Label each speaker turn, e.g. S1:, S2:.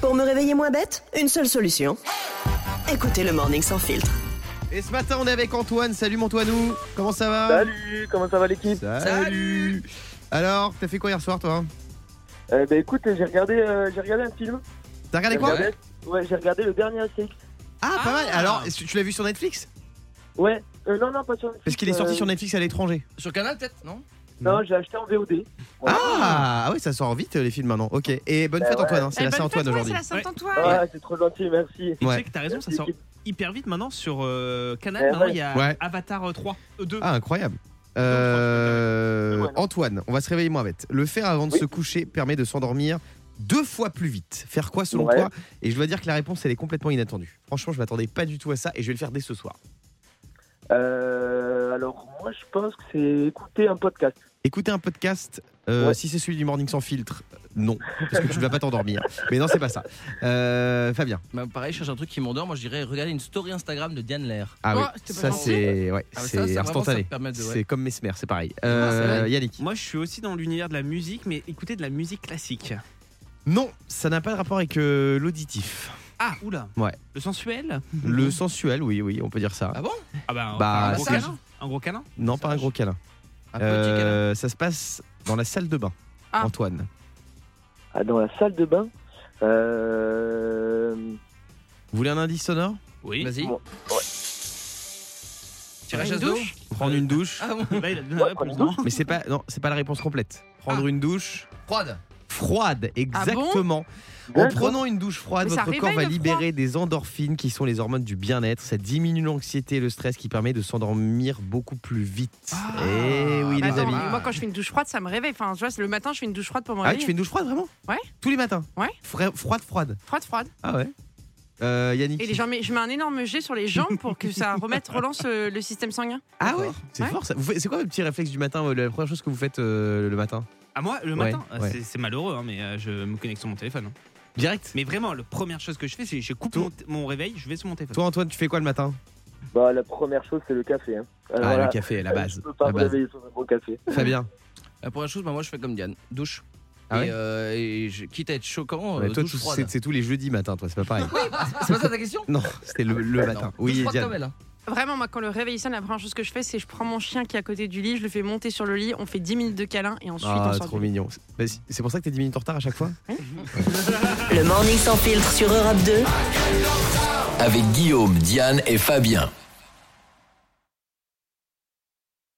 S1: Pour me réveiller moins bête, une seule solution. Écoutez le Morning Sans Filtre.
S2: Et ce matin, on est avec Antoine. Salut, mon Antoinou. Comment ça va
S3: Salut, comment ça va l'équipe
S2: Salut. Alors, t'as fait quoi hier soir, toi
S3: euh, Bah écoute, j'ai regardé, euh, j'ai regardé un film.
S2: T'as regardé
S3: J'ai
S2: quoi
S3: regardé- Ouais, j'ai regardé le dernier Astérix.
S2: Ah, pas mal.
S4: Ah.
S2: Alors, est-ce que tu l'as vu sur Netflix
S3: Ouais, euh, non, non, pas sur Netflix.
S2: Parce qu'il est sorti
S3: euh,
S2: sur Netflix à l'étranger.
S4: Sur Canal, peut-être, non
S3: Non, j'ai acheté en VOD. Voilà.
S2: Ah, ah oui, ça sort vite les films maintenant. Ok. Et bonne
S3: Bah
S2: fête,
S3: ouais.
S2: Antoine. hein. C'est
S5: Eh,
S2: la
S5: bonne
S2: Saint-Antoine
S5: fête, ouais,
S2: aujourd'hui.
S5: c'est la Saint-Antoine.
S3: Ah, c'est trop gentil, merci.
S4: Et
S2: Ouais.
S4: Tu sais que t'as raison, ça
S3: Merci,
S4: sort
S3: équipe.
S4: hyper vite maintenant sur euh, Canal.
S3: Eh
S4: maintenant,
S3: ouais.
S4: il y a
S2: Ouais.
S4: Avatar 3, euh, 2.
S2: Ah, incroyable. Euh,
S3: Ouais.
S2: Antoine, on va se réveiller moins bête. Le faire avant de
S3: Oui.
S2: se coucher permet de s'endormir deux fois plus vite. Faire quoi selon
S3: Ouais.
S2: toi Et je dois dire que la réponse, elle est complètement inattendue. Franchement, je m'attendais pas du tout à ça et je vais le faire dès ce soir.
S3: Euh, alors, moi, je pense que c'est écouter un podcast.
S2: Écouter un podcast, euh,
S3: Ouais.
S2: si c'est celui du Morning Sans Filtre, euh, non, parce que tu ne vas pas t'endormir. Mais non, c'est pas ça. Euh, Fabien,
S4: Bah, pareil, je cherche un truc qui m'endort. Moi, je dirais regarder une story Instagram de Diane Lair.
S2: ah
S5: Oh,
S2: oui,
S5: c'était pas
S2: ça
S5: gentil.
S2: c'est ouais,
S4: Ah,
S2: c'est
S4: mais ça, ça, vraiment, ça
S2: instantané.
S4: me permet de- ouais. Ah,
S2: C'est comme Mesmer, c'est pareil.
S4: c'est
S2: Euh,
S4: vrai.
S2: Yannick,
S4: Moi, je suis aussi dans l'univers de la musique, mais écouter de la musique classique.
S2: non, ça n'a pas de rapport avec euh, l'auditif.
S4: Ah, oula.
S2: Ouais.
S4: Le sensuel
S2: Le sensuel, oui, oui, on peut dire ça.
S4: Mhm. Ah bon Ah bah,
S2: Bah,
S4: un, gros
S2: c'est-
S4: câlin. un gros câlin.
S2: Non, pas un gros câlin.
S4: Un
S2: Euh,
S4: petit câlin.
S2: Ça se passe dans la salle de bain,
S5: Ah.
S2: Antoine.
S3: Ah, dans la salle de bain. Euh...
S2: Vous voulez un indice sonore
S4: Oui.
S3: Ouais.
S4: Vas-y. Tirage
S5: Une
S4: à dos.
S5: douche
S2: Prendre une douche.
S4: Ah bon
S5: Là, il a donné la réponse, non
S2: Mais c'est pas, non, c'est pas la réponse complète. Prendre
S4: Ah.
S2: une douche
S4: Froide.
S2: froide,
S4: Ah
S2: exactement. en
S3: d'accord.
S2: prenant une douche froide,
S5: Mais ça
S2: votre corps
S5: réveille
S2: va
S5: le
S2: libérer
S5: froid.
S2: des endorphines qui sont les hormones du bien-être. Ça diminue l'anxiété et le stress qui permet de s'endormir beaucoup plus vite.
S4: Ah.
S2: Eh oui, les
S4: Bah,
S5: Attends,
S2: amis.
S5: mais moi quand je fais une douche froide, ça me réveille. Enfin, tu vois, c'est le matin, je fais une douche froide pour me
S2: Ah, tu
S5: réveiller.
S2: fais une douche froide vraiment
S5: Ouais.
S2: Tous les matins
S5: Ouais.
S2: Fra- Froide, froide.
S5: Froide, froide.
S2: Ah ouais. Euh, Yannick.
S5: Et les gens, mais je mets un énorme jet sur les jambes pour que ça remette, relance euh, le système sanguin.
S2: Ah ouais.
S4: D'accord.
S2: C'est
S5: Ouais.
S2: fort. ça. Vous faites- C'est quoi le petit réflexe du matin euh, La première chose que vous faites euh, le matin
S4: Ah, moi, le
S2: Ouais,
S4: matin, ah,
S2: ouais.
S4: c'est- c'est malheureux, hein, mais euh, je me connecte sur mon téléphone. hein.
S2: Direct.
S4: Mais vraiment, la première chose que je fais, c'est je coupe mon, mon réveil, je vais sur mon téléphone.
S2: Toi Antoine, tu fais quoi le matin
S3: Bah, la première chose, c'est le café. Hein. Alors,
S2: Ah,
S3: là,
S2: le café, la base.
S3: Je peux pas
S2: la
S3: me
S2: base.
S3: réveiller sans un bon café.
S2: Fabien.
S6: La première chose, bah, moi je fais comme Diane, douche.
S2: Ah
S6: et,
S2: ouais
S6: euh, et je- quitte à être choquant,
S2: Ouais,
S6: euh,
S2: toi,
S6: douche
S2: tu-
S6: froide. Ah,
S2: c'est c'est tous les jeudis matin, toi, c'est pas pareil.
S6: C'est pas ça ta question
S2: non, c'était le, le matin.
S6: Oui, Ah, douche
S2: Oui,
S6: froide
S2: Diane.
S6: comme elle. hein.
S5: Vraiment, moi quand le réveil sonne, la première chose que je fais, c'est je prends mon chien qui est à côté du lit, je le fais monter sur le lit, on fait 10 minutes de câlin et ensuite
S2: Ah,
S5: on sort.
S2: trop
S5: du lit.
S2: mignon. Bah, c'est- C'est pour ça que t'es 10 minutes en retard à chaque fois
S1: Le Morning Sans Filtre sur Europe 2.
S7: Avec Guillaume, Diane et Fabien.